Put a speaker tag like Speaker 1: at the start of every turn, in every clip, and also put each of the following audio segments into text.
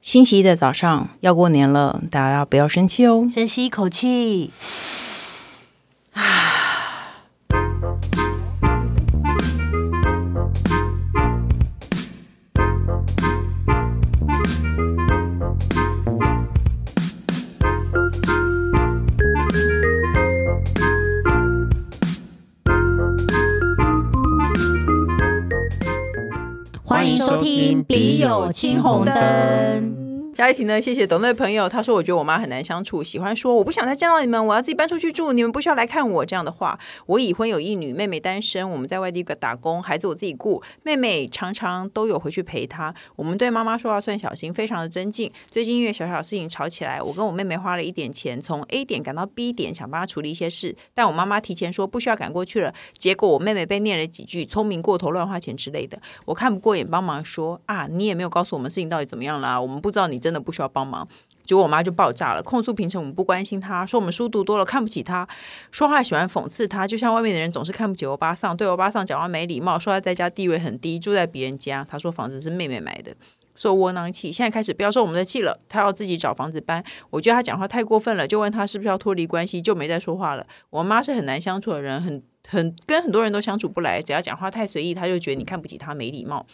Speaker 1: 星期一的早上要过年了，大家不要生气哦。
Speaker 2: 深吸一口气，
Speaker 3: 欢迎收听《笔友青红灯》。
Speaker 1: 下一题呢？谢谢董内朋友，他说我觉得我妈很难相处，喜欢说我不想再见到你们，我要自己搬出去住，你们不需要来看我这样的话。我已婚有一女，妹妹单身，我们在外地打工，孩子我自己顾，妹妹常常都有回去陪她。我们对妈妈说话算小心，非常的尊敬。最近因为小小事情吵起来，我跟我妹妹花了一点钱，从 A 点赶到 B 点，想帮她处理一些事，但我妈妈提前说不需要赶过去了，结果我妹妹被念了几句聪明过头、乱花钱之类的。我看不过眼，帮忙说啊，你也没有告诉我们事情到底怎么样啦，我们不知道你真的不需要帮忙。结果我妈就爆炸了，控诉平成我们不关心她，说我们书读多了看不起她，说话喜欢讽刺她，就像外面的人总是看不起欧巴桑，对欧巴桑讲话没礼貌，说他在家地位很低，住在别人家。她说房子是妹妹买的，受窝囊气。现在开始不要受我们的气了，她要自己找房子搬。我觉得她讲话太过分了，就问她是不是要脱离关系，就没再说话了。我妈是很难相处的人，很很跟很多人都相处不来，只要讲话太随意，她就觉得你看不起她，没礼貌。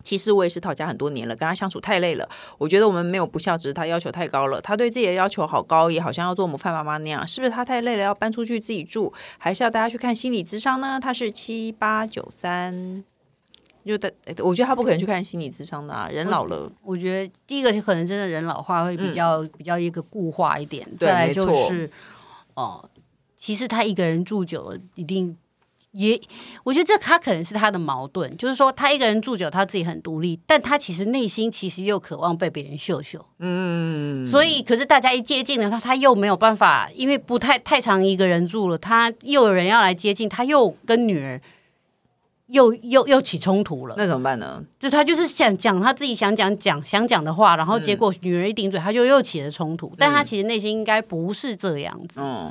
Speaker 1: 其实我也是讨家很多年了，跟她相处太累了。我觉得我们没有不孝，只是她要求太高了。她对自己的要求好高，也好像要做模范妈妈那样。是不是她太累了，要搬出去自己住，还是要带她去看心理咨商呢？她是七八九三，就带我觉得她不可能去看心理咨商的啊，人老了。
Speaker 2: 我觉得第一个可能真的人老化会比较、比较一个固化一点，
Speaker 1: 嗯对
Speaker 2: 再来
Speaker 1: 没
Speaker 2: 就
Speaker 1: 错
Speaker 2: 是哦、其实他一个人住久了，一定也，我觉得这他可能是他的矛盾，就是说他一个人住久，他自己很独立，但他其实内心其实又渴望被别人秀秀，嗯，所以可是大家一接近了他，他又没有办法，因为不太太长一个人住了，他又有人要来接近，他又跟女儿又又又起冲突了，
Speaker 1: 那怎么办呢？
Speaker 2: 就他就是想讲他自己想讲讲想讲的话，
Speaker 1: 嗯
Speaker 2: 然后结果女人一顶嘴，他就又起了冲突。但他其实内心应该不是这样子，
Speaker 1: 嗯，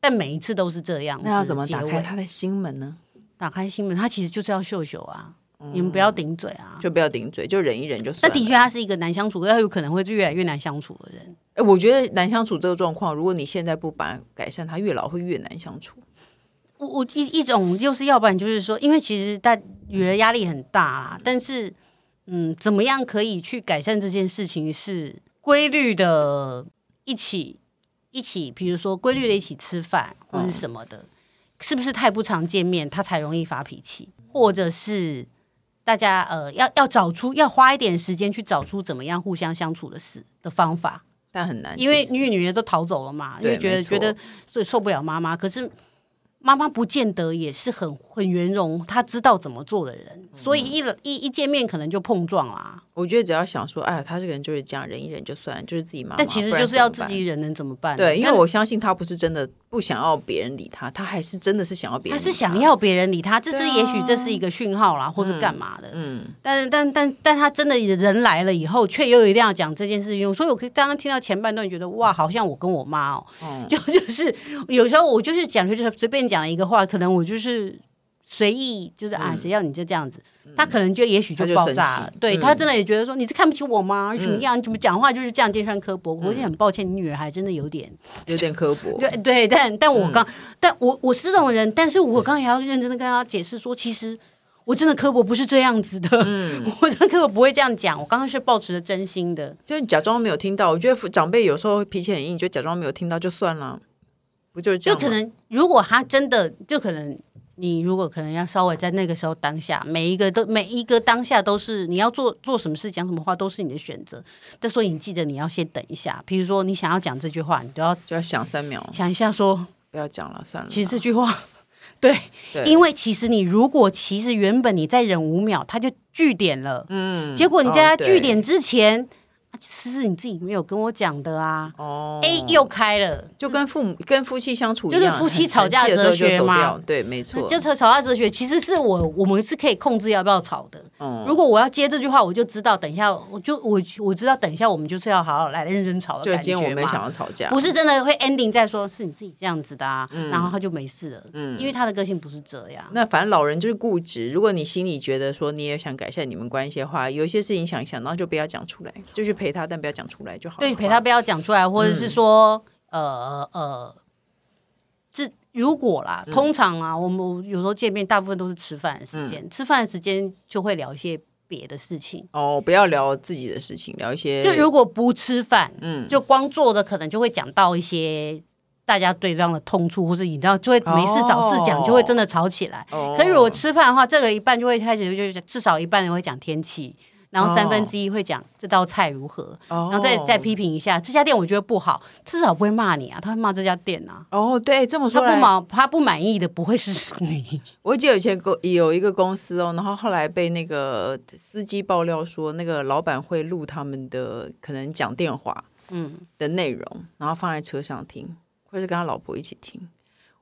Speaker 2: 但每一次都是这样子。
Speaker 1: 那要怎么打
Speaker 2: 结
Speaker 1: 开
Speaker 2: 尾
Speaker 1: 她的心门呢？
Speaker 2: 打开心门？他其实就是要秀秀啊，你们不要顶嘴啊。
Speaker 1: 嗯就不要顶嘴，就忍一忍就
Speaker 2: 那
Speaker 1: 算了。
Speaker 2: 的确，啊他是一个难相处，他有可能会是越来越难相处的人。
Speaker 1: 哎，我觉得难相处这个状况，如果你现在不把它改善，他越老会越难相处。
Speaker 2: 我我一一种就是要不然就是说，因为其实大女儿压力很大啦，但是嗯，怎么样可以去改善这件事情是规律的一起一起，比如说规律的一起吃饭或
Speaker 1: 嗯
Speaker 2: 是什么的，是不是太不常见面，他才容易发脾气，或者是大家呃要要找出要花一点时间去找出怎么样互相相处的事的方法，
Speaker 1: 但很难，
Speaker 2: 因为
Speaker 1: 嗯其实
Speaker 2: 因为女儿都逃走了嘛，因
Speaker 1: 对
Speaker 2: 为觉
Speaker 1: 没
Speaker 2: 得
Speaker 1: 错
Speaker 2: 觉得所以受不了妈妈，可是妈妈不见得也是很很圆融，她知道怎么做的
Speaker 1: 嗯
Speaker 2: 人，所以一一一见面可能就碰撞啦。
Speaker 1: 我觉得只要想说，哎呀，他这个人就是这样，忍一忍就算了，就是自己妈妈。
Speaker 2: 但其实
Speaker 1: 不然
Speaker 2: 就是要
Speaker 1: 怎
Speaker 2: 自
Speaker 1: 么办
Speaker 2: 己人能怎么办？啊
Speaker 1: 对，因为
Speaker 2: 但
Speaker 1: 我相信他不是真的不想要别人理他，他还是真的是想要别
Speaker 2: 她
Speaker 1: 人理
Speaker 2: 是想要别人理她，这
Speaker 1: 啊
Speaker 2: 是也许这是一个讯号啦，或者干嘛的。
Speaker 1: 嗯，
Speaker 2: 但但但但她真的人来了以后，却又一定要讲这件事情，所以我可以刚刚听到前半段，觉得哇，好像我跟我妈哦，
Speaker 1: 嗯
Speaker 2: 就就是有时候我就是讲就是随便讲一个话，可能我就是随意，就是啊，谁要你就这样子，他可能就也许就
Speaker 1: 嗯他就
Speaker 2: 爆
Speaker 1: 生
Speaker 2: 炸了
Speaker 1: 气。
Speaker 2: 对
Speaker 1: 嗯
Speaker 2: 他真的也觉得说你是看不起我吗？怎么样？你怎么讲话就是这样尖酸刻薄？我
Speaker 1: 嗯
Speaker 2: 也很抱歉，你女儿还真的有点
Speaker 1: 有点刻薄。
Speaker 2: 对对，但但
Speaker 1: 嗯
Speaker 2: 我刚，但我我是这种人，但是我刚也要认真的跟他解释说，其实我真的刻薄不是这样子的，
Speaker 1: 嗯
Speaker 2: 我真的刻薄不会这样讲，我刚刚是抱持着真心的。
Speaker 1: 就你假装没有听到。我觉得长辈有时候脾气很硬，你就假装没有听到就算了，不就是这样
Speaker 2: 就
Speaker 1: 吗？
Speaker 2: 可能如果他真的，就可能你如果可能要稍微在那个时候当下，每一个都每一个当下都是你要做做什么事讲什么话都是你的选择，但所以你记得你要先等一下，比如说你想要讲这句话，你都要
Speaker 1: 就要想三秒，
Speaker 2: 想一下说，
Speaker 1: 不要讲了，算了吧。
Speaker 2: 其实这句话，对，
Speaker 1: 对
Speaker 2: 因为其实你如果其实原本你再忍五秒，它就据点了，嗯，结果你在它
Speaker 1: 哦对
Speaker 2: 据点之前，啊其实你自己没有跟我讲的啊，
Speaker 1: 哦，
Speaker 2: 哎、又开了，
Speaker 1: 就跟父母跟夫妻相处一
Speaker 2: 就是
Speaker 1: 样，
Speaker 2: 夫妻
Speaker 1: 很
Speaker 2: 吵架
Speaker 1: 很气的时候
Speaker 2: 哲学
Speaker 1: 就走
Speaker 2: 嘛
Speaker 1: 掉对，没错，
Speaker 2: 就吵吵架哲学，其实是我我们是可以控制要不要吵的。
Speaker 1: 哦
Speaker 2: 如果我要接这句话，我就知道等一下，我就我我知道等一下我们就是要好好来认真吵的
Speaker 1: 就
Speaker 2: 感
Speaker 1: 今
Speaker 2: 觉
Speaker 1: 天我们
Speaker 2: 嘛
Speaker 1: 想要吵架，
Speaker 2: 不是真的会 ending 再说是你自己这样子的啊，
Speaker 1: 嗯
Speaker 2: 然后他就没事了，因为他的个性不是这样。
Speaker 1: 那反正老人就是固执。如果你心里觉得说你也想改善你们关系的话，有一些事情想一想，然后就不要讲出来，就去陪他，但不要讲出来就好了。嗯
Speaker 2: 对，陪他不要讲出来，或者是说，呃呃，这如果
Speaker 1: 嗯
Speaker 2: 啦，通常啊，我们有时候见面，大部分都是吃饭的时
Speaker 1: 嗯
Speaker 2: 间，吃饭的时间就会聊一些别的事情。
Speaker 1: 哦，不要聊自己的事情，聊一些
Speaker 2: 就如果不吃饭，
Speaker 1: 嗯
Speaker 2: 就光坐着，可能就会讲到一些大家对方的痛处，或是你知道，就会没事找事讲，
Speaker 1: 哦
Speaker 2: 就会真的吵起来。
Speaker 1: 哦
Speaker 2: 可是如果吃饭的话，这个一半就会开始就就至少一半人会讲天气，然后三分之一会讲这道菜如何，
Speaker 1: 哦
Speaker 2: 然后再再批评一下这家店我觉得不好，至少不会骂你啊，他会骂这家店啊。
Speaker 1: 哦，对，这么
Speaker 2: 他
Speaker 1: 说
Speaker 2: 不
Speaker 1: 来，
Speaker 2: 满，他不满意的不会是 你，
Speaker 1: 我记得以前公有一个公司哦，然后后来被那个司机爆料说，那个老板会录他们的可能讲电话
Speaker 2: 嗯，
Speaker 1: 的内容，然后放在车上听，或者是跟他老婆一起听。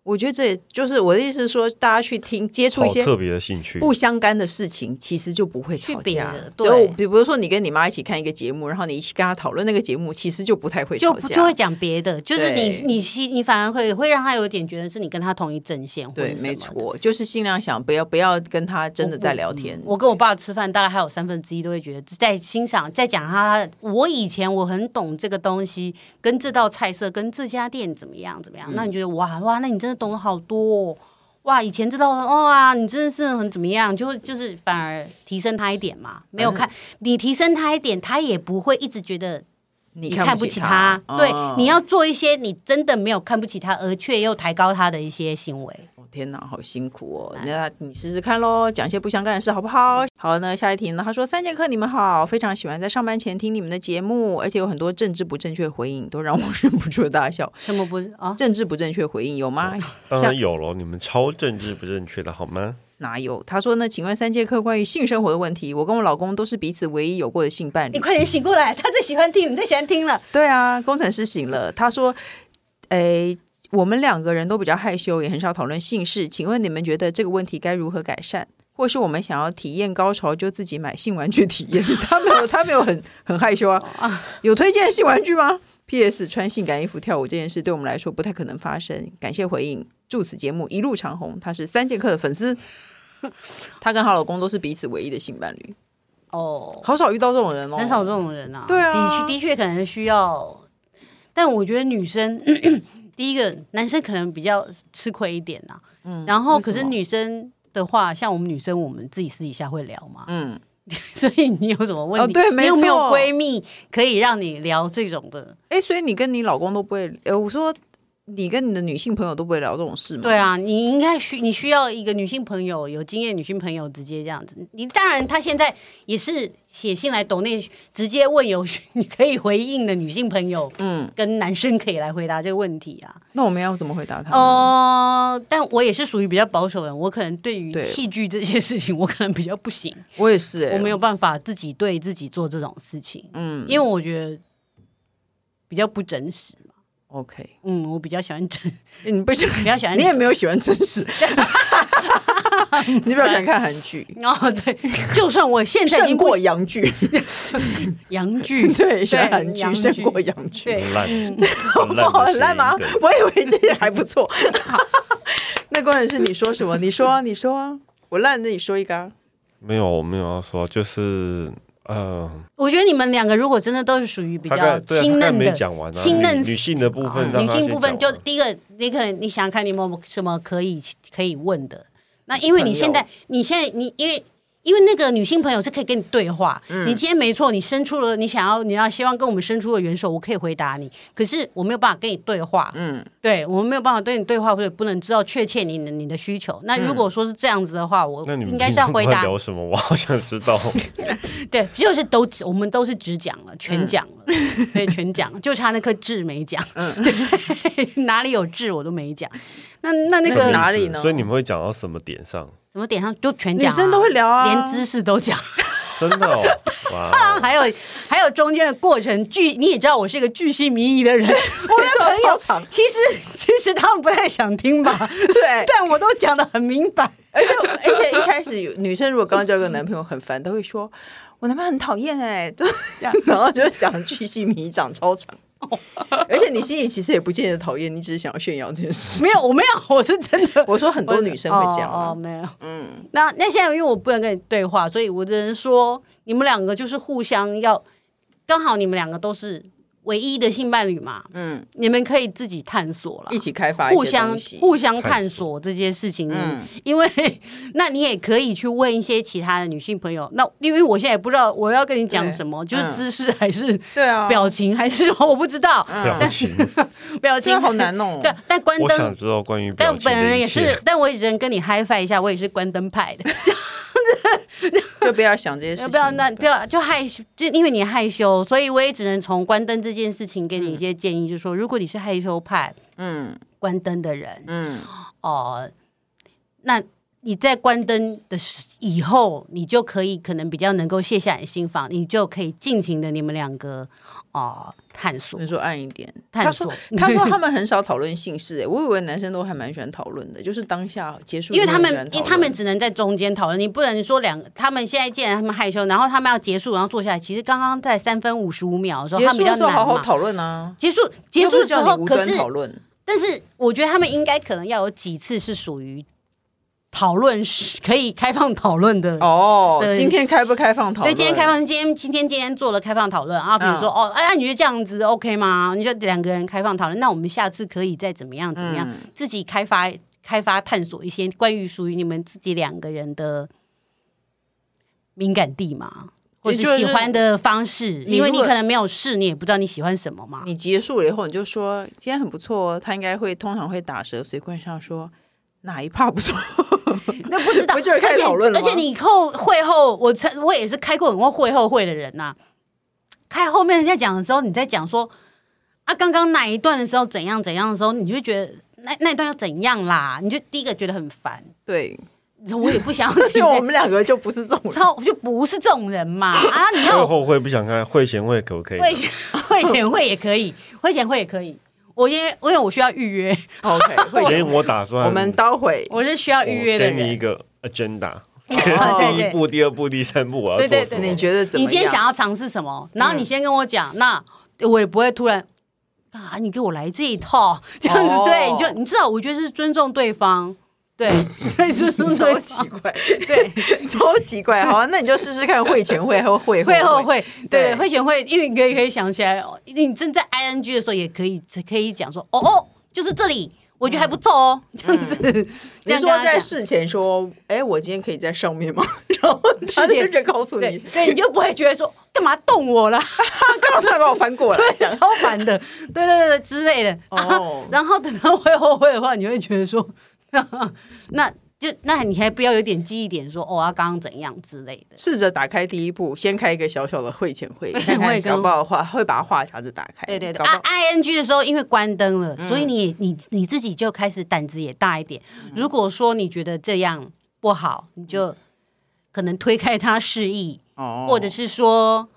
Speaker 1: 我觉得这也就是我的意思是说，大家去听接触
Speaker 4: 好
Speaker 1: 一些
Speaker 4: 特别的兴趣，
Speaker 1: 不相干的事情，其实就不会吵
Speaker 2: 去别
Speaker 1: 架
Speaker 2: 的。
Speaker 1: 对
Speaker 2: 对
Speaker 1: 我比比如说你跟你妈一起看一个节目，然后你一起跟她讨论那个节目，其实就不太会
Speaker 2: 就
Speaker 1: 吵
Speaker 2: 不
Speaker 1: 架。
Speaker 2: 就会讲别的，就是
Speaker 1: 对
Speaker 2: 你你其你反而会会让他有点觉得是你跟他同一阵线，或者
Speaker 1: 对，
Speaker 2: 什
Speaker 1: 没
Speaker 2: 么的
Speaker 1: 错，就是尽量想不要不要跟她真的在聊天。
Speaker 2: 我跟我爸吃饭，大概还有三分之一都会觉得在欣赏，在讲他。我以前我很懂这个东西，跟这道菜色，跟这家店怎么样怎么样。那你觉得哇哇，那你真的懂得好多、哦、哇！以前知道哦啊，你真的是很怎么样，就就是反而提升他一点嘛。没有看、你提升他一点，他也不会一直觉得
Speaker 1: 你
Speaker 2: 你
Speaker 1: 看
Speaker 2: 看不
Speaker 1: 起
Speaker 2: 起他。啊对，
Speaker 1: 哦
Speaker 2: 你要做一些你真的没有看不起他，而却又抬高他的一些行为。
Speaker 1: 哦天哪，好辛苦哦！那你试试看喽，讲一些不相干的事好不好？好，那下一题呢？他说：“三剑客，你们好，非常喜欢在上班前听你们的节目，而且有很多政治不正确回应，都让我忍不住大笑。
Speaker 2: 什么不是啊？
Speaker 1: 政治不正确回应有吗？
Speaker 4: 当
Speaker 1: 像
Speaker 4: 然嗯有了，你们超政治不正确的好吗？
Speaker 1: 哪有？他说呢，请问三剑客关于性生活的问题，我跟我老公都是彼此唯一有过的性伴
Speaker 2: 你
Speaker 1: 侣。
Speaker 2: 快点醒过来，他最喜欢听，你最喜欢听了。
Speaker 1: 对啊，工程师醒了，他说，诶。我们两个人都比较害羞，也很少讨论性事。请问你们觉得这个问题该如何改善？或是我们想要体验高潮，就自己买性玩具体验？ 他没有，他没有很很害羞啊。有推荐的性玩具吗？P.S. 穿性感衣服跳舞这件事对我们来说不太可能发生。感谢回应，祝此节目一路长虹。他是三剑客的粉丝，她跟她老公都是彼此唯一的性伴侣。
Speaker 2: 哦，
Speaker 1: 好少遇到这种人哦，
Speaker 2: 很少这种人啊。
Speaker 1: 对啊
Speaker 2: 的确的确可能需要，但我觉得女生 第一个男生可能比较吃亏一点呐、嗯，然后
Speaker 1: 为什
Speaker 2: 可
Speaker 1: 么
Speaker 2: 是女生的话，像我们女生，我们自己私底下会聊嘛，
Speaker 1: 嗯，
Speaker 2: 所以你有什么问
Speaker 1: 哦
Speaker 2: 题？
Speaker 1: 对没
Speaker 2: 你有没有
Speaker 1: 错
Speaker 2: 闺蜜可以让你聊这种的？
Speaker 1: 哎、所以你跟你老公都不会，呃，我说你跟你的女性朋友都不会聊这种事吗？
Speaker 2: 对，啊，你应该需你需要一个女性朋友，有经验女性朋友直接这样子。你当然，她现在也是写信来抖内直接问有 你可以回应的女性朋友，
Speaker 1: 嗯，
Speaker 2: 跟男生可以来回答这个问题啊。
Speaker 1: 那我们要怎么回答他呢？
Speaker 2: 哦、但我也是属于比较保守的人，我可能对于
Speaker 1: 对
Speaker 2: 戏剧这些事情，我可能比较不行，
Speaker 1: 我也是、哎，
Speaker 2: 我没有办法自己对自己做这种事情，
Speaker 1: 嗯
Speaker 2: 因为我觉得比较不真实。
Speaker 1: ，OK，
Speaker 2: 嗯，我比较喜欢真，
Speaker 1: 诶你不喜欢，
Speaker 2: 比较喜欢
Speaker 1: 你也没有喜欢真 实，你比较喜欢看韩剧，
Speaker 2: 哦，对，就算我现在已
Speaker 1: 胜
Speaker 2: 经不
Speaker 1: 过洋剧，
Speaker 2: 洋剧
Speaker 1: 对，喜欢韩剧
Speaker 2: 洋
Speaker 1: 胜过洋剧，
Speaker 2: 对
Speaker 4: 很 烂，很烂，
Speaker 1: 好很烂吗？我以为这些还不错。 那工人是你说什么？你说啊，你说啊，我烂，那你说一个、啊。
Speaker 4: 没有，我没有要说，就是呃，
Speaker 2: 我觉得你们两个如果真的都是属于比
Speaker 4: 他刚
Speaker 2: 较
Speaker 4: 才对啊
Speaker 2: 清
Speaker 4: 他刚才
Speaker 2: 嫩
Speaker 4: 没
Speaker 2: 的、
Speaker 4: 讲完啊，
Speaker 2: 清嫩啊
Speaker 4: 女女性的部分，让
Speaker 2: 女
Speaker 4: 他
Speaker 2: 性
Speaker 4: 先
Speaker 2: 部分，
Speaker 4: 讲
Speaker 2: 就
Speaker 4: 完
Speaker 2: 第一个，你可能你想想看，你有没有什么可以可以问的？那因为你现在，你现在你因为。因为那个女性朋友是可以跟你对话，
Speaker 1: 嗯
Speaker 2: 你今天没错，你伸出了你想要你要希望跟我们伸出的援手，我可以回答你，可是我没有办法跟你对话，
Speaker 1: 嗯，
Speaker 2: 对我们没有办法对你对话，或者不能知道确切你的你的需求。
Speaker 1: 嗯
Speaker 2: 那如果说是这样子的话，我
Speaker 4: 那你们
Speaker 2: 应该是要
Speaker 4: 平
Speaker 2: 回
Speaker 4: 常
Speaker 2: 答
Speaker 4: 都在聊什么？我好想知 道。
Speaker 2: 对，就是都只我们都是只讲了，全讲了，
Speaker 1: 嗯
Speaker 2: 对，全讲了，就差那颗痣没讲。对， 哪里有痣我都没讲。那那那
Speaker 1: 那
Speaker 2: 个
Speaker 1: 是哪里呢
Speaker 4: 所以你们会讲到什么点上？
Speaker 2: 什么点上就全
Speaker 1: 女
Speaker 2: 讲、啊，
Speaker 1: 生都会聊啊，
Speaker 2: 连姿势都讲，
Speaker 4: 真的哦，哇哦！
Speaker 2: 还有还有中间的过程巨，你也知道我是一个巨细靡遗的
Speaker 1: 我
Speaker 2: 人。
Speaker 1: 的朋友场，
Speaker 2: 其实其实他们不太想听吧，
Speaker 1: 对，
Speaker 2: 但我都讲的很明白。
Speaker 1: 而且而且一开始有女生如果刚交个男朋友很烦，都会说我男朋友很讨厌哎， 就
Speaker 2: 啊
Speaker 1: 然后就讲巨细靡遗长超 长。而且你心里其实也不见得讨厌，你只是想要炫耀这件事情。
Speaker 2: 没有，我没有，我是真的。
Speaker 1: 我说很多女生会这样啊
Speaker 2: 哦哦，没有，嗯。那那现在因为我不能跟你对话，所以我只能说你们两个就是互相要刚好你们两个都是唯一的性伴侣嘛，
Speaker 1: 嗯，
Speaker 2: 你们可以自己探索了，
Speaker 1: 一起开发一
Speaker 2: 互
Speaker 1: 些
Speaker 2: 相
Speaker 1: 东西，
Speaker 2: 互相探
Speaker 4: 探
Speaker 2: 索这些事情，
Speaker 1: 嗯
Speaker 2: 因为那你也可以去问一些其他的女性朋友。那因为我现在也不知道我要跟你讲
Speaker 1: 对
Speaker 2: 什么，就是
Speaker 1: 嗯
Speaker 2: 姿势还是
Speaker 1: 对啊，
Speaker 2: 表情还是什么，我不知道。
Speaker 4: 表
Speaker 1: 嗯，
Speaker 4: 情，
Speaker 2: 表
Speaker 1: 这
Speaker 2: 情
Speaker 1: 个好难哦。
Speaker 2: 对，但关
Speaker 4: 我想
Speaker 2: 灯，
Speaker 4: 知道关于表
Speaker 2: 但
Speaker 4: 情的一切。
Speaker 2: 本人也是，但我也只能跟你嗨翻一下，我也是关灯派 的。
Speaker 1: 就不要想这些事
Speaker 2: 要
Speaker 1: 情。
Speaker 2: 不要那不要就害羞，就因为你害羞，所以我也只能从关灯这件事情给
Speaker 4: 嗯
Speaker 2: 你一些建议，就是说，如果你是害羞派
Speaker 1: 嗯
Speaker 2: 关灯的人，
Speaker 1: 嗯，
Speaker 2: 哦、那你在关灯的时以后，你就可以可能比较能够卸下你心房，你就可以尽情的你们两个哦、探索
Speaker 1: 你说暗一点。
Speaker 2: 探
Speaker 1: 他
Speaker 2: 索
Speaker 1: 说，他 说他们很少讨论姓氏，哎，我以为男生都还蛮喜欢讨论的，就是当下结束
Speaker 2: 因
Speaker 1: 之后
Speaker 2: 为
Speaker 1: 就
Speaker 2: 他
Speaker 1: 很喜欢讨论，
Speaker 2: 们，因为他们只能在中间讨论，你不能说两，他们现在既然他们害羞，然后他们要结束，然后坐下来，其实刚刚在三分五十五秒的时候，
Speaker 1: 结
Speaker 2: 他们
Speaker 1: 束
Speaker 2: 比较
Speaker 1: 的时候
Speaker 2: 难
Speaker 1: 好好
Speaker 2: 嘛。
Speaker 1: 讨论啊。
Speaker 2: 结束结
Speaker 1: 又不
Speaker 2: 束
Speaker 1: 是
Speaker 2: 之
Speaker 1: 叫
Speaker 2: 后，
Speaker 1: 你无
Speaker 2: 可
Speaker 1: 端
Speaker 2: 是
Speaker 1: 讨论，
Speaker 2: 但是我觉得他们应该可能要有几次是属于讨论是可以开放讨论的。
Speaker 1: 哦
Speaker 2: 对，
Speaker 1: 今天开不开放讨
Speaker 2: 对，
Speaker 1: 论？嗯
Speaker 2: 今天开放，今天今天今天做了开放讨论啊，比如说、哦，哎、啊，你觉得这样子 OK 吗？你就两个人开放讨论，那我们下次可以再怎么样怎么
Speaker 1: 嗯
Speaker 2: 样，自己开发开发探索一些关于属于你们自己两个人的敏感地嘛，或
Speaker 1: 也
Speaker 2: 是
Speaker 1: 就是
Speaker 2: 喜欢的方式，
Speaker 1: 你
Speaker 2: 因为
Speaker 1: 如
Speaker 2: 你
Speaker 1: 果
Speaker 2: 可能没有试，你也不知道你喜欢什么嘛。
Speaker 1: 你结束了以后，你就说今天很不错哦，他应该会通常会打折随棍上说哪一趴不错，
Speaker 2: 那不知道，
Speaker 1: 不就是开
Speaker 2: 而
Speaker 1: 始
Speaker 2: 且
Speaker 1: 讨论了
Speaker 2: 而且
Speaker 1: 吗
Speaker 2: 你后会后，我曾我也是开过很多会后会的人呐、开后面人家讲的时候，你在讲说啊，刚刚哪一段的时候怎样怎样的时候，你就会觉得那那一段要怎样啦？你就第一个觉得很烦，
Speaker 1: 对，
Speaker 2: 我也不想要 听
Speaker 1: 因为我们两个就不是这种人。
Speaker 2: 超就不是这种人嘛啊！你
Speaker 4: 会
Speaker 2: 要
Speaker 4: 后会不想看，会前会可不可以？
Speaker 2: 会 会前会也可以，会前会也可以。我因为因为我需要预约，
Speaker 1: OK，
Speaker 4: 所以
Speaker 1: 会
Speaker 4: 我打算
Speaker 1: 我们
Speaker 2: 嗯
Speaker 1: 待会
Speaker 2: 我是需要
Speaker 4: 我
Speaker 2: 预约的
Speaker 4: 给你一
Speaker 2: 人。
Speaker 4: 个 agenda，
Speaker 2: 对
Speaker 4: 第一
Speaker 2: 对
Speaker 4: 步、第二步、第三步，我要做
Speaker 2: 对对
Speaker 4: 什么？
Speaker 1: 你觉得怎么样？
Speaker 2: 你今天想要尝试什么？然后你先跟我讲，那我也不会突然啊，你给我来这一套， 这样子、
Speaker 1: 哦
Speaker 2: 对，你就你知道，我觉得是尊重对方， 对，对，尊重嗯对
Speaker 1: 超
Speaker 2: 方
Speaker 1: 奇，怪，
Speaker 2: 对，
Speaker 1: 超奇怪。好、啊，那你就试试看会前会后会
Speaker 2: 会后
Speaker 1: 后。
Speaker 2: 会，对，
Speaker 1: 对
Speaker 2: 会前会，因为你可以可以想起来，哦你正在 ing 的时候也可以可以讲说，哦哦，就是这里，我觉得还不错哦，这样子。这
Speaker 1: 嗯你
Speaker 2: 样
Speaker 1: 说
Speaker 2: 跟他
Speaker 1: 在
Speaker 2: 讲
Speaker 1: 事前说，哎，我今天可以在上面吗？ 然后他
Speaker 2: 事
Speaker 1: 就
Speaker 2: 前
Speaker 1: 就告诉
Speaker 2: 对
Speaker 1: 你，
Speaker 2: 对，你就不会觉得说干嘛动我啦，
Speaker 1: 他干嘛突然把我翻过 来？这样
Speaker 2: 超烦的，对对对对之类的。
Speaker 1: 哦
Speaker 2: 啊然后等到会后悔的话，你会觉得说， 那就那你还不要有点记忆点说，哦，他刚刚怎样之类的。
Speaker 1: 试着打开第一步，先开一个小小的会前会，看
Speaker 2: 会
Speaker 1: 看
Speaker 2: 跟
Speaker 1: 搞不好话会把话匣子打开。
Speaker 2: 对对对
Speaker 1: 搞不
Speaker 2: 啊
Speaker 1: 好
Speaker 2: ，I N G 的时候，因为关灯了，所以你你你自己就开始胆子也大一点。如果说你觉得这样不好，你就可能推开他示意，
Speaker 1: 哦
Speaker 2: 或者是说，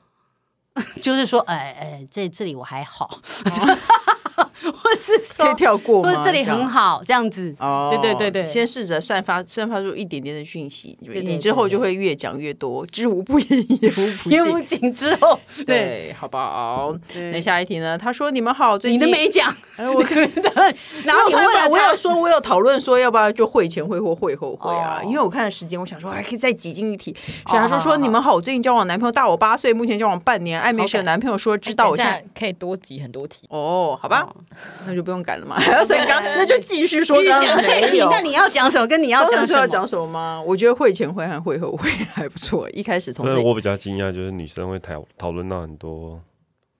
Speaker 2: 就是说，呃呃，这这里我还好， 或是
Speaker 1: 可以
Speaker 2: 说，
Speaker 1: 跳过
Speaker 2: 或
Speaker 1: 吗
Speaker 2: 者？这里
Speaker 1: 这样
Speaker 2: 很。好，这样子。
Speaker 1: 哦，
Speaker 2: 对对对对
Speaker 1: 先试着散发散发出一点点的讯息，你就
Speaker 2: 对对
Speaker 1: 你之后
Speaker 2: 对对
Speaker 1: 就会越讲越多，知无不言，言无 不
Speaker 2: 烟
Speaker 1: 尽。
Speaker 2: 雾警之后，对，
Speaker 1: 对，好不好？
Speaker 2: 对
Speaker 1: 那下一题呢？他说：“你们好，最
Speaker 2: 你
Speaker 1: 近
Speaker 2: 都没讲，
Speaker 1: 哎， 我
Speaker 2: 然后你
Speaker 1: 因为我
Speaker 2: 问了
Speaker 1: 看我
Speaker 2: 他
Speaker 1: 有，说，我有讨论说，要不要就会前会后会后会啊？
Speaker 2: 哦
Speaker 1: 因为我看了时间，我想说还哎可以再挤进一题，所以他
Speaker 2: 哦
Speaker 1: 说
Speaker 2: 好
Speaker 1: 说
Speaker 2: 好
Speaker 1: 你们好，我最近交往男朋友大我八岁，目前交往半年，暧昧时的
Speaker 5: OK
Speaker 1: 男朋友说知道我现
Speaker 2: 哎
Speaker 5: 现
Speaker 1: 在
Speaker 5: 在可以多集很多题。
Speaker 1: 哦，好吧，那就不用改了嘛，还 要再刚，那就继续说
Speaker 2: 继续
Speaker 1: 刚
Speaker 2: 讲
Speaker 1: 刚
Speaker 2: 这一
Speaker 1: 没
Speaker 2: 题
Speaker 1: 有。
Speaker 2: 哎那你要讲什么？跟你要
Speaker 1: 刚才
Speaker 2: 讲
Speaker 1: 说要
Speaker 2: 什
Speaker 1: 讲
Speaker 2: 么？
Speaker 1: 什么吗？我觉得会前会和会后会还不错。一开始从
Speaker 4: 但
Speaker 1: 这
Speaker 4: 是我比较惊讶，就是女生会讨讨论到很多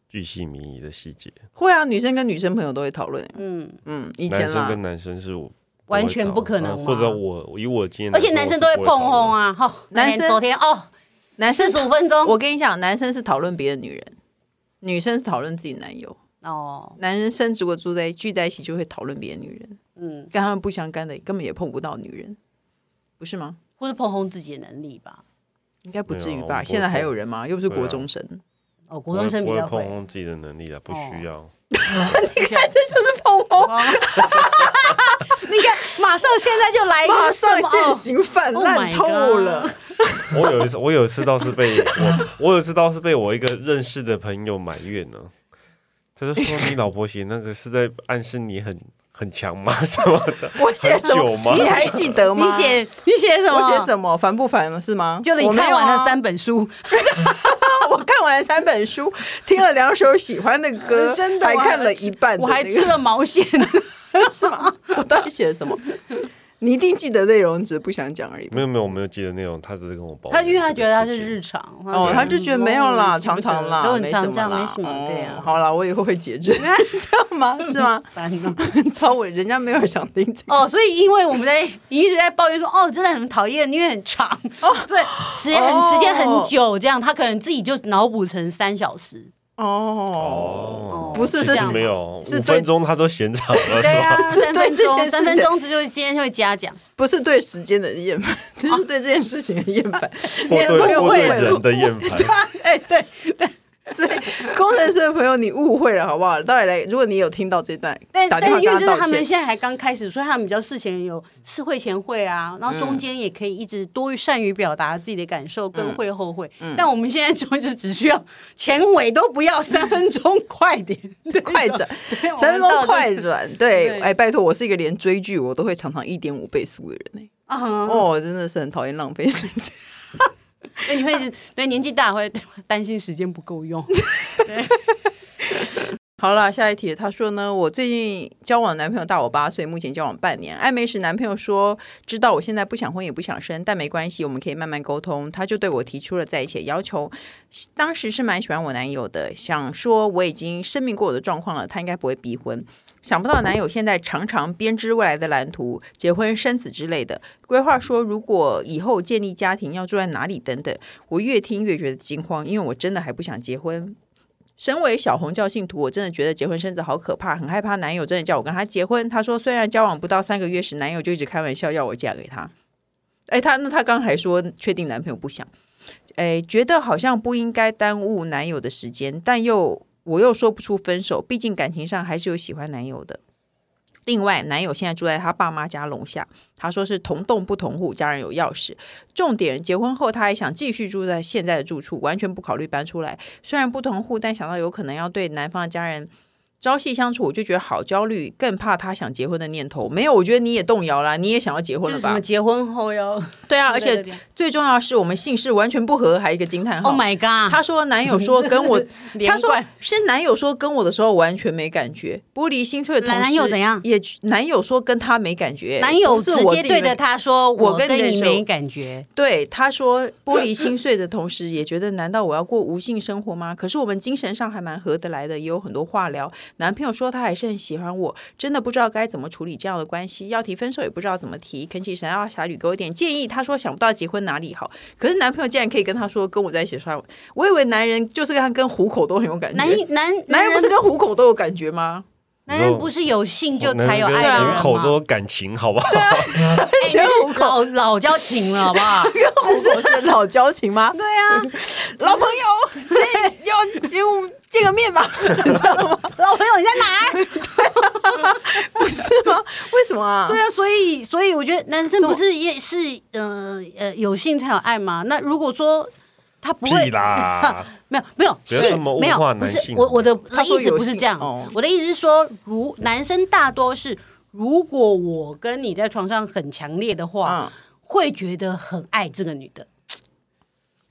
Speaker 4: 巨细靡遗的细节，
Speaker 1: 会啊，女生跟女生朋友都会讨论。
Speaker 2: 嗯，
Speaker 1: 嗯，以
Speaker 4: 男
Speaker 1: 前
Speaker 4: 生
Speaker 1: 啦
Speaker 4: 跟，男生是我
Speaker 2: 完
Speaker 4: 会
Speaker 2: 全
Speaker 4: 讨
Speaker 2: 不可能
Speaker 4: 呃
Speaker 2: 嘛
Speaker 4: 或者我以我经验，
Speaker 2: 而且男生都会碰轰
Speaker 4: 啊，
Speaker 2: 啊，吼，
Speaker 1: 男生
Speaker 2: 那天昨天哦，
Speaker 1: 男生
Speaker 2: 四十五分钟，
Speaker 1: 我跟你讲，男生是讨论别的女人，女生是讨论自己男友。
Speaker 2: 哦，
Speaker 1: 男人生如果住在聚在一起，就会讨论别的女人，
Speaker 2: 嗯，
Speaker 1: 跟他们不相干的，根本也碰不到女人，不是吗？
Speaker 2: 或是碰轰自己的能力吧。
Speaker 1: 应该不至于
Speaker 4: 没有啊我
Speaker 1: 吧？
Speaker 4: 不
Speaker 1: 现在还
Speaker 4: 会
Speaker 1: 有人吗？又不是
Speaker 4: 对
Speaker 1: 国
Speaker 4: 啊
Speaker 1: 中生，
Speaker 2: 哦，国中生
Speaker 4: 不
Speaker 2: 比
Speaker 4: 会
Speaker 2: 较
Speaker 4: 碰
Speaker 2: 会，哦
Speaker 4: 轰自己的能力的，不需要。
Speaker 1: 这就是碰红，
Speaker 2: 你看，马上现在就来一
Speaker 1: 马
Speaker 2: 个什
Speaker 1: 上
Speaker 2: 么
Speaker 1: 现行犯，
Speaker 2: Oh
Speaker 1: 烂
Speaker 2: my
Speaker 1: 透
Speaker 2: God
Speaker 1: 了。
Speaker 4: 我有一次，我有一次倒是被 我，我有一次倒是被我一个认识的朋友埋怨呢。他 就说：“你老婆写那个是在暗示你很很强吗？什么的？
Speaker 1: 我写
Speaker 4: 很
Speaker 1: 什么？
Speaker 4: 久吗？
Speaker 1: 你还记得
Speaker 2: 你
Speaker 1: 吗？
Speaker 2: 写你写什么？
Speaker 1: 我写什么烦不烦是吗？
Speaker 2: 就是你
Speaker 1: 我没
Speaker 2: 看
Speaker 1: 有啊
Speaker 2: 完了，三本书，
Speaker 1: 我看完三本书，听了两首喜欢的歌，
Speaker 2: 真的
Speaker 1: 还
Speaker 2: 我
Speaker 1: 看了一半、
Speaker 2: 我还吃，了毛线，
Speaker 1: 是吗？我到底写了什么？你一定记得内容，只是不想讲而已。
Speaker 4: 没有没有，我没有记得内容，他只是跟我抱
Speaker 2: 他因
Speaker 4: 怨这个事情。
Speaker 2: 为他觉得他是日常，
Speaker 4: 嗯
Speaker 1: 哦，他就觉得没有啦，
Speaker 2: 嗯
Speaker 1: 常常啦，
Speaker 2: 都很
Speaker 1: 没
Speaker 2: 常
Speaker 1: 什
Speaker 2: 这
Speaker 1: 么
Speaker 2: 样，
Speaker 1: 啦，
Speaker 2: 没什么，对啊
Speaker 1: 哦，好啦，我以后会节制，这样吗？是吗？
Speaker 2: 烦哦。
Speaker 1: 超我人家没有想听这个。
Speaker 2: 哦，所以因为我们在你一直在抱怨说，哦，真的很讨厌，因为很长，哦，对，时间
Speaker 1: 哦
Speaker 2: 很时间很久，这样他可能自己就脑补成三小时，
Speaker 1: 哦，
Speaker 4: 哦，
Speaker 1: 不是
Speaker 4: 其
Speaker 1: 是
Speaker 4: 实没有，
Speaker 1: 是
Speaker 4: 五
Speaker 1: 对
Speaker 4: 分钟他都嫌长了，是
Speaker 2: 对
Speaker 4: 吧？
Speaker 2: 啊，三分
Speaker 1: 对这件
Speaker 2: 钟，
Speaker 1: 事
Speaker 2: 三分钟之后今天会嘉奖，
Speaker 1: 不是对时间的厌
Speaker 2: 哦
Speaker 1: 烦，就是对这件事情的厌烦。你
Speaker 4: 或
Speaker 1: 的朋
Speaker 4: 对
Speaker 1: 友
Speaker 4: 或对
Speaker 1: 会了
Speaker 4: 人的厌烦。
Speaker 2: 啊
Speaker 1: 哎，对对，所以 工程师的朋友，你误会了好不好？到底来，如果你有听到这段，
Speaker 2: 但
Speaker 1: 打
Speaker 2: 但
Speaker 1: 电话
Speaker 2: 是
Speaker 1: 跟
Speaker 2: 因为这
Speaker 1: 道
Speaker 2: 是他们
Speaker 1: 歉。
Speaker 2: 现在还刚开始，所以他们比较事前有事会前会啊，然后
Speaker 1: 嗯
Speaker 2: 中间也可以一直多于善于表达自己的感受，跟会后会。
Speaker 1: 嗯
Speaker 2: 但我们现在就是只需要前尾都不要，三分钟 快点，对
Speaker 1: 快转，
Speaker 2: 对我们
Speaker 1: 三分钟
Speaker 2: 到
Speaker 1: 快
Speaker 2: 这
Speaker 1: 转，对，
Speaker 2: 对
Speaker 1: 哎，拜托，我是一个连追剧我都会常常一点五倍速的人哎，
Speaker 2: 嗯，
Speaker 1: 哦，真的是很讨厌浪费时间。
Speaker 2: 对，你会对年纪大会担心时间不 够用。
Speaker 1: 好了，下一题。他说呢，我最近交往的男朋友大我八岁，目前交往半年。暧昧时，男朋友说知道我现在不想婚也不想生，但没关系，我们可以慢慢沟通。他就对我提出了在一起的要求。当时是蛮喜欢我男友的，想说我已经声明过我的状况了，他应该不会逼婚。想不到男友现在常常编织未来的蓝图，结婚生子之类的规划，说如果以后建立家庭要住在哪里等等。我越听越觉得惊慌，因为我真的还不想结婚。身为小红教信徒，我真的觉得结婚生子好可怕，很害怕男友真的叫我跟他结婚。他说，虽然交往不到三个月时，男友就一直开玩笑要我嫁给他。哎，他那他刚还说确定男朋友不想，哎，觉得好像不应该耽误男友的时间，但又我又说不出分手，毕竟感情上还是有喜欢男友的。另外，男友现在住在他爸妈家楼下，他说是同栋不同户，家人有钥匙。重点，结婚后他还想继续住在现在的住处，完全不考虑搬出来。虽然不同户，但想到有可能要对男方的家人朝夕相处，我就觉得好焦虑，更怕他想结婚的念头。没有，我觉得你也动摇啦，你也想要结
Speaker 2: 就
Speaker 1: 婚
Speaker 2: 是
Speaker 1: 了
Speaker 2: 什么
Speaker 1: 吧？
Speaker 2: 结婚后要
Speaker 1: 对啊，而
Speaker 2: 之类
Speaker 1: 且
Speaker 2: 的这样
Speaker 1: 最重要的是我们姓氏完全不合，还一个惊叹号。
Speaker 2: ，Oh my god！
Speaker 1: 他说男友说跟 我
Speaker 2: 连
Speaker 1: 他说
Speaker 2: 贯
Speaker 1: 是男友说跟我的时候完全没感觉，玻璃心碎的同时，
Speaker 2: 男友怎样
Speaker 1: 也男友说跟他没感觉，
Speaker 2: 男友
Speaker 1: 不是
Speaker 2: 直
Speaker 1: 我
Speaker 2: 接
Speaker 1: 自己
Speaker 2: 对
Speaker 1: 没
Speaker 2: 着他说：“
Speaker 1: 我
Speaker 2: 我
Speaker 1: 跟
Speaker 2: 跟
Speaker 1: 你的
Speaker 2: 你
Speaker 1: 时候
Speaker 2: 没感觉。
Speaker 1: 对，他说玻璃心碎的同时，也觉得难道我要过无性生活吗？可是我们精神上还蛮合得来的，也有很多话聊。男朋友说他还是很喜欢我，真的不知道该怎么处理这样的关系，要提分手也不知道怎么提。恳请神啊侠侣给我一点建议。他说想不到结婚哪里好，可是男朋友竟然可以跟他说跟我在一起刷碗，我以为男人就是跟他跟虎口都很有感觉，
Speaker 2: 男男
Speaker 1: 男人不是
Speaker 2: 人
Speaker 1: 跟虎口都有感觉吗？
Speaker 2: 男人不是有性就才有爱
Speaker 4: 哦男
Speaker 2: 的
Speaker 4: 人
Speaker 2: 人
Speaker 4: 跟口都
Speaker 2: 吗？
Speaker 4: 有感情，好不好？
Speaker 2: 哎，那是老老交情了，好不好？
Speaker 1: 跟虎口是老交情吗？ 对啊，老朋友， 这要给我们见个面吧，知道吗？
Speaker 2: 老朋友你在 哪儿？
Speaker 1: 不是吗？为什么啊？
Speaker 2: 对啊，所以所以我觉得男生
Speaker 1: 怎么
Speaker 2: 不是也是呃呃有性才有爱吗？那如果说他不
Speaker 4: 屁
Speaker 2: 会
Speaker 4: 啦！
Speaker 2: 没有没有
Speaker 4: 不要
Speaker 2: 是
Speaker 4: 这么物
Speaker 2: 没
Speaker 4: 化
Speaker 2: 有不
Speaker 4: 男
Speaker 2: 是
Speaker 4: 性
Speaker 2: 我我的
Speaker 1: 他说
Speaker 2: 意思
Speaker 1: 有
Speaker 2: 不是
Speaker 1: 性
Speaker 2: 这样
Speaker 1: 哦，
Speaker 2: 我的意思是说，如男生大多是如果我跟你在床上很强烈的话，
Speaker 1: 嗯，
Speaker 2: 会觉得很爱这个女的。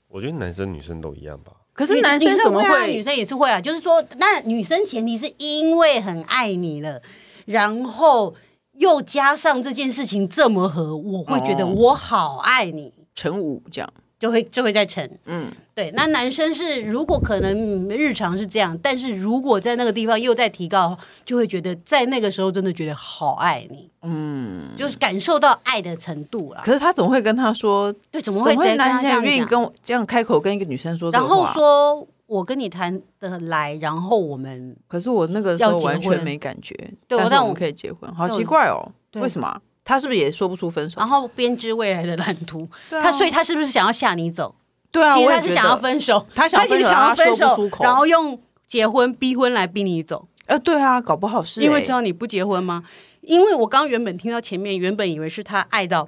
Speaker 4: 我觉得男生女生都一样吧。
Speaker 1: 可是男生怎么
Speaker 2: 女生啊女
Speaker 1: 会？
Speaker 2: 生也是会啊，就是说，那女生前提是因为很爱你了，然后又加上这件事情这么合，我会觉得
Speaker 1: 哦
Speaker 2: 我好爱你，
Speaker 1: 乘五这样，
Speaker 2: 就会就会再成。
Speaker 1: 嗯，
Speaker 2: 对，那男生是如果可能日常是这样，但是如果在那个地方又在提高，就会觉得在那个时候真的觉得好爱你，嗯，就是感受到爱的程度啦。
Speaker 1: 可是他怎么会跟他说？
Speaker 2: 对，
Speaker 1: 怎
Speaker 2: 怎么会这
Speaker 1: 男
Speaker 2: 样
Speaker 1: 生
Speaker 2: 这
Speaker 1: 愿意
Speaker 2: 样
Speaker 1: 跟
Speaker 2: 讲？
Speaker 1: 我这样开口跟一个女生说这
Speaker 2: 然
Speaker 1: 个话？
Speaker 2: 后说我跟你谈得来，然后我们
Speaker 1: 可是我那个时候
Speaker 2: 要结
Speaker 1: 完全
Speaker 2: 婚
Speaker 1: 没感觉，
Speaker 2: 对我
Speaker 1: 但是
Speaker 2: 但
Speaker 1: 我们
Speaker 2: 我
Speaker 1: 可以结婚，好
Speaker 2: 对
Speaker 1: 奇怪哦，
Speaker 2: 对啊
Speaker 1: 为什么啊？他是不是也说不出分手？
Speaker 2: 然后编织未来的蓝图。
Speaker 1: 对啊
Speaker 2: 他所以他是不是想要吓你走？
Speaker 1: 对啊，
Speaker 2: 其实
Speaker 1: 我
Speaker 2: 他
Speaker 1: 也
Speaker 2: 是
Speaker 1: 觉
Speaker 2: 想要
Speaker 1: 得，
Speaker 2: 分手，
Speaker 1: 他想
Speaker 2: 他
Speaker 1: 要
Speaker 2: 其
Speaker 1: 分
Speaker 2: 实
Speaker 1: 手，
Speaker 2: 想要
Speaker 1: 但
Speaker 2: 分
Speaker 1: 他说不出
Speaker 2: 手，
Speaker 1: 口，
Speaker 2: 然后用结婚逼婚来逼你走，
Speaker 1: 呃，对啊，搞不好是
Speaker 2: 因为
Speaker 1: 欸
Speaker 2: 知道你不结婚吗？因为我刚原本听到前面，原本以为是他爱到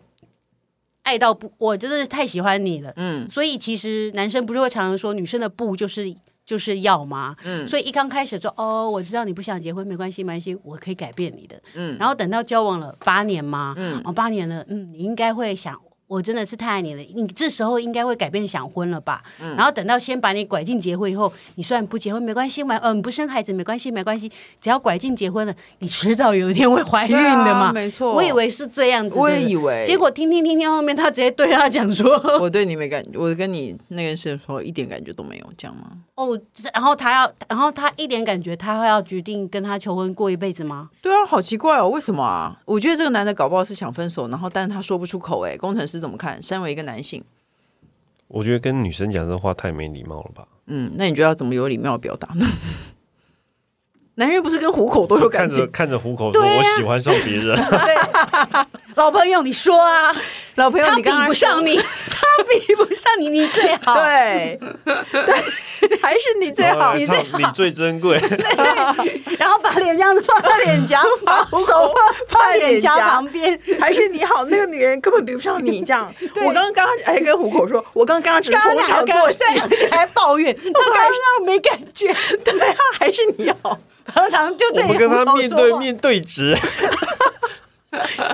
Speaker 2: 爱到不，我真的是太喜欢你了。
Speaker 1: 嗯
Speaker 2: 所以其实男生不是会常常说女生的不就是就是要吗？
Speaker 1: 嗯
Speaker 2: 所以一刚开始说哦，我知道你不想结婚，没关系，没关系，我可以改变你的。
Speaker 1: 嗯
Speaker 2: 然后等到交往了八年嘛，
Speaker 1: 嗯
Speaker 2: 哦，八年了，嗯，你应该会想我真的是太爱你了，你这时候应该会改变想婚了吧？
Speaker 1: 嗯
Speaker 2: 然后等到先把你拐进结婚以后，你虽然不结婚没关系，完嗯、不生孩子没关系没关系，只要拐进结婚了，你迟早有一天会怀孕
Speaker 1: 对啊
Speaker 2: 的嘛。
Speaker 1: 没错
Speaker 2: 我以为是这样子的，
Speaker 1: 我也以为
Speaker 2: 结果听听听听后面他直接对他讲说，
Speaker 1: 我对你没感，我跟你那件事说一点感觉都没有，这样吗？
Speaker 2: 哦，然后他要，然后他一点感觉他要决定跟他求婚过一辈子吗？
Speaker 1: 对啊，好奇怪哦，为什么啊？我觉得这个男的搞不好是想分手，然后但是他说不出口。哎，工程师怎么看？身为一个男性，
Speaker 4: 我觉得跟女生讲这话太没礼貌了吧？
Speaker 1: 嗯，那你觉得要怎么有礼貌表达呢？ 男人不是跟虎口都有感
Speaker 4: 看着
Speaker 1: 情？
Speaker 4: 看着虎口说，我喜欢上别 人，
Speaker 2: 老朋友，你说啊，
Speaker 1: 老朋友，
Speaker 2: 他
Speaker 1: 你
Speaker 2: 比
Speaker 1: 刚刚
Speaker 2: 不上
Speaker 1: 说
Speaker 2: 你， 他比不上你，你最好。
Speaker 1: 对对， 还是你最
Speaker 4: 然后
Speaker 2: 啊
Speaker 1: 好，
Speaker 4: 来
Speaker 1: 你
Speaker 4: 唱
Speaker 1: 最
Speaker 4: 哦哎你最珍 贵。
Speaker 2: 然后把脸这样子放在脸颊，把
Speaker 1: 虎口
Speaker 2: 手放
Speaker 1: 放
Speaker 2: 放
Speaker 1: 脸
Speaker 2: 脸颊
Speaker 1: 颊
Speaker 2: 旁边。
Speaker 1: 还是你好，那个女人根本比不上你。这样，我刚刚还跟虎口说，我刚刚只是逢场作戏，
Speaker 2: 对而且还抱怨，他刚刚让我没感觉，
Speaker 1: 对啊，还是你好。
Speaker 2: 常常就
Speaker 4: 我
Speaker 2: 对
Speaker 4: 们跟他
Speaker 2: 胡同
Speaker 4: 面
Speaker 2: 说
Speaker 4: 对
Speaker 2: 话。
Speaker 4: 面对质，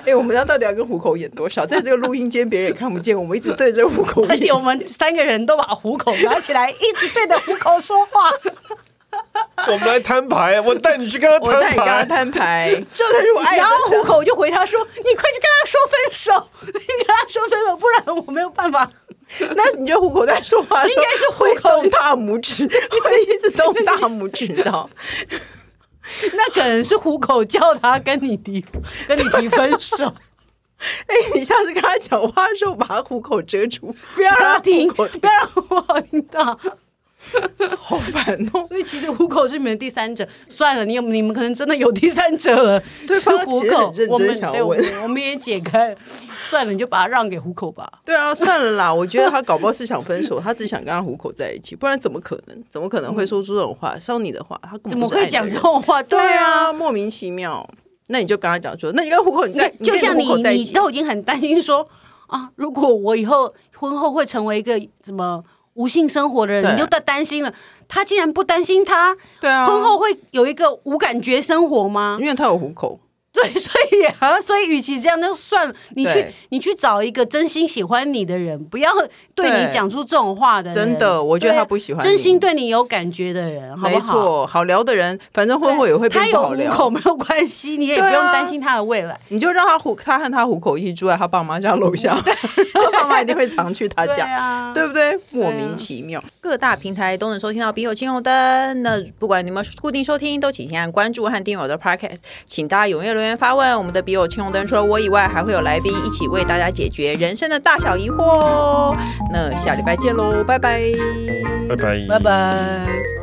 Speaker 1: 哎、我们要到底要跟虎口演多少？在这个录音间，别人也看不见，我们一直对着虎口演戏，
Speaker 2: 而且我们三个人都把虎口拿起来，一直对着虎口说 话，
Speaker 4: 我们来摊牌，我带你去跟他
Speaker 1: 我带
Speaker 4: 摊
Speaker 1: 你跟他
Speaker 4: 牌。
Speaker 1: 摊 牌，这才是我爱的
Speaker 2: 然后
Speaker 1: 真
Speaker 2: 虎口就回他说：“你快去跟他说分手， 你跟他说分手，不然我没有办法。
Speaker 1: 那你觉得虎口在说话的时候，
Speaker 2: 应该是
Speaker 1: 会动大拇 指，会一直动大拇指 的。
Speaker 2: 那可能是虎口叫他跟你 提，跟你提分手，
Speaker 1: 哎、你下次跟他讲话的时候，把虎口遮住，
Speaker 2: 不要让他听，
Speaker 1: 把虎口
Speaker 2: 不要让我听到。
Speaker 1: 好烦哦。
Speaker 2: 所以其实虎口是你们的第三者。算了，你有你们可能真的有第三者了。
Speaker 1: 对
Speaker 2: 是
Speaker 1: 方
Speaker 2: 虎
Speaker 1: 其实很
Speaker 2: 口
Speaker 1: 认真，
Speaker 2: 我们
Speaker 1: 想
Speaker 2: 对我
Speaker 1: 问
Speaker 2: 们我们也解开了。算了，你就把它让给虎口吧。
Speaker 1: 对啊，算了啦，我觉得他搞不好是想分手，他只想跟他虎口在一起，不然怎么可能？怎么可能会说出这种话？像你的话，他根本
Speaker 2: 怎么
Speaker 1: 不是爱
Speaker 2: 会
Speaker 1: 你
Speaker 2: 讲
Speaker 1: 的
Speaker 2: 这
Speaker 1: 人
Speaker 2: 种话？
Speaker 1: 对
Speaker 2: 啊。
Speaker 1: 啊，莫名其妙。那你就跟他讲说，那你跟虎口你在，
Speaker 2: 就像
Speaker 1: 你跟
Speaker 2: 啊你
Speaker 1: 虎口在一
Speaker 2: 你
Speaker 1: 起
Speaker 2: 都已经很担心说啊，如果我以后婚后会成为一个什么无性生活
Speaker 1: 对
Speaker 2: 的人，你就在担心了。他竟然不担心他
Speaker 1: 对啊，嗯
Speaker 2: 婚后会有一个无感觉生活吗？
Speaker 1: 因为他有虎口，
Speaker 2: 对，所以 啊，所以与其这样，那就算了。你去
Speaker 1: 对
Speaker 2: 你去找一个真心喜欢你的人，不要对
Speaker 1: 对
Speaker 2: 你讲出这种话的人。
Speaker 1: 真的我觉得
Speaker 2: 对啊
Speaker 1: 他不喜欢你
Speaker 2: 真心对你有感觉的人，好不
Speaker 1: 没
Speaker 2: 好？
Speaker 1: 错，好聊的人，反正婚后也会变不
Speaker 2: 他有
Speaker 1: 好
Speaker 2: 户口
Speaker 1: 聊。
Speaker 2: 没有关系，你也不
Speaker 1: 对
Speaker 2: 用
Speaker 1: 啊
Speaker 2: 担心他的未来。
Speaker 1: 你就让他虎，他和他虎口一起住在他爸妈家楼下， 他爸妈一定会常去他
Speaker 2: 对
Speaker 1: 家。
Speaker 2: 啊，
Speaker 1: 对不对？莫名其妙，各大平台都能收听到《笔友青红灯》。那不管你们固定收听，都请先按关注和订阅我的 Podcast。请大家踊跃留言发问。我们的《笔友青红灯》除了我以外，还会有来宾一起为大家解决人生的大小疑惑哦。那下礼拜见喽，拜拜。
Speaker 4: 拜拜，
Speaker 2: 拜拜。